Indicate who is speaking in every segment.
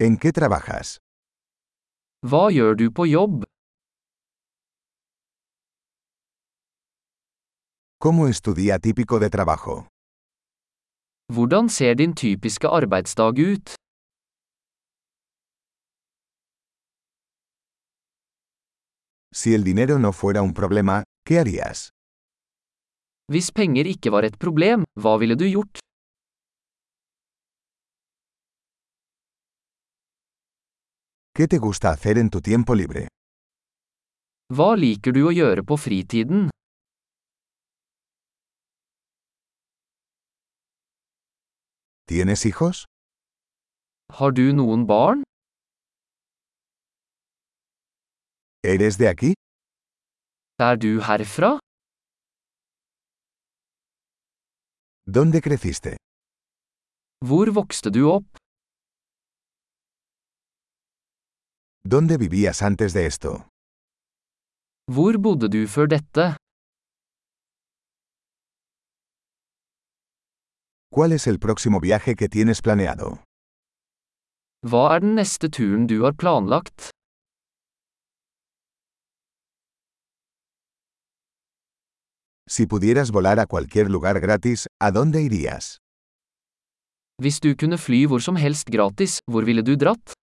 Speaker 1: ¿En qué trabajas?
Speaker 2: Hva gjør du på jobb?
Speaker 1: ¿Cómo es tu día típico de trabajo?
Speaker 2: Hvordan ser din typiske arbeidsdag ut?
Speaker 1: Si el dinero no fuera un problema, ¿qué harías?
Speaker 2: Hvis penger ikke var et problem, hva ville du gjort?
Speaker 1: ¿Qué te gusta hacer en tu tiempo libre?
Speaker 2: Hva liker du å gjøre på fritiden?
Speaker 1: ¿Tienes hijos?
Speaker 2: Har du noen barn?
Speaker 1: ¿Eres de aquí?
Speaker 2: Er du herfra?
Speaker 1: ¿Dónde creciste?
Speaker 2: Hvor vokste du opp?
Speaker 1: ¿Dónde vivías antes de esto?
Speaker 2: Hvor bodde du før dette?
Speaker 1: ¿Cuál es el próximo viaje que tienes planeado?
Speaker 2: Hva er den neste turen du har planlagt?
Speaker 1: Si pudieras volar a cualquier lugar gratis, ¿a dónde irías?
Speaker 2: Hvis du kunne fly hvor som helst gratis, hvor ville du dratt?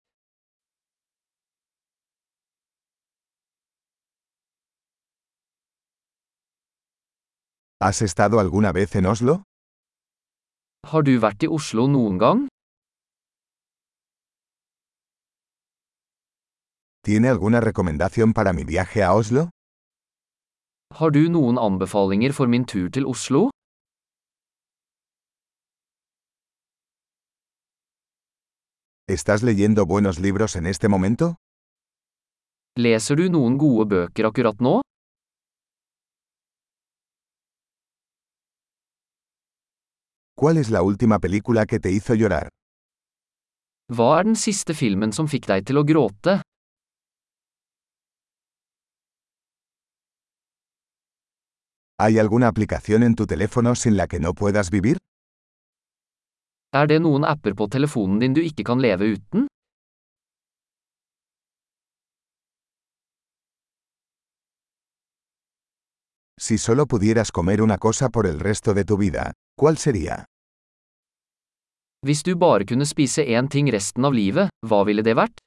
Speaker 1: ¿Has estado alguna vez en Oslo?
Speaker 2: Har du vært i Oslo noen gang?
Speaker 1: ¿Tiene alguna recomendación para mi viaje a Oslo?
Speaker 2: Har du noen anbefalinger for min tur til Oslo?
Speaker 1: ¿Estás leyendo buenos libros en este momento?
Speaker 2: Leser du noen gode bøker akkurat nå?
Speaker 1: ¿Cuál es la última película que te hizo llorar?
Speaker 2: Hva er den siste filmen som fikk deg til å gråte?
Speaker 1: ¿Hay alguna aplicación en tu teléfono sin la que no puedas vivir?
Speaker 2: Er det noen apper på telefonen din du ikke kan leve uten?
Speaker 1: Si solo pudieras comer una cosa por el resto de tu vida, ¿cuál sería?
Speaker 2: Hvis du bare kunne spise én ting resten av livet, hva ville det vært?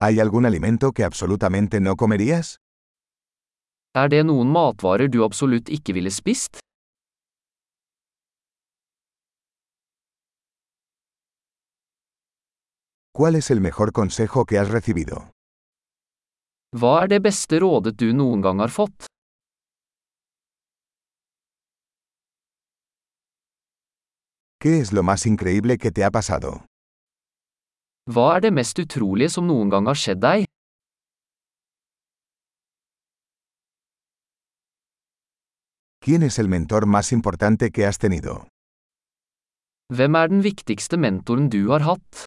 Speaker 1: ¿Hay algún alimento que absolutamente no comerías?
Speaker 2: Er det noen matvarer du absolutt ikke ville spist?
Speaker 1: ¿Cuál es el mejor consejo que has recibido?
Speaker 2: Hva er det beste rådet du noen gang har fått?
Speaker 1: ¿Qué es lo más increíble que te ha pasado?
Speaker 2: Hva er det mest utrolige som noen gang har skjedd deg?
Speaker 1: ¿Quién es el mentor más importante que has tenido?
Speaker 2: Hvem er den viktigste mentoren du har hatt?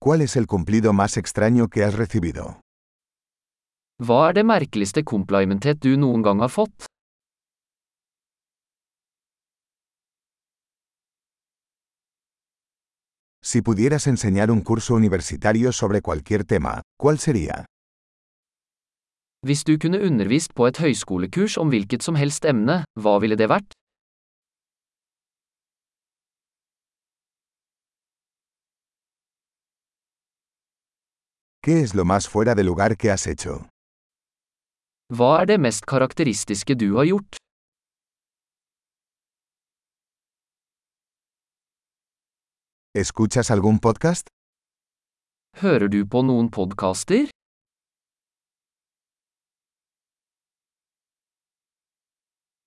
Speaker 1: ¿Cuál es el cumplido más extraño que has recibido?
Speaker 2: Hva er det merkeligste komplimentet du noen gang har fått?
Speaker 1: Si pudieras enseñar un curso universitario sobre cualquier tema, ¿cuál sería?
Speaker 2: Hvis du kunne undervist på et høyskolekurs om hvilket som helst emne, hva ville det vært?
Speaker 1: ¿Qué es lo más fuera de lugar que has hecho?
Speaker 2: Hva er det mest karakteristiske du har gjort?
Speaker 1: ¿Escuchas algún podcast?
Speaker 2: Hører du på noen podkaster?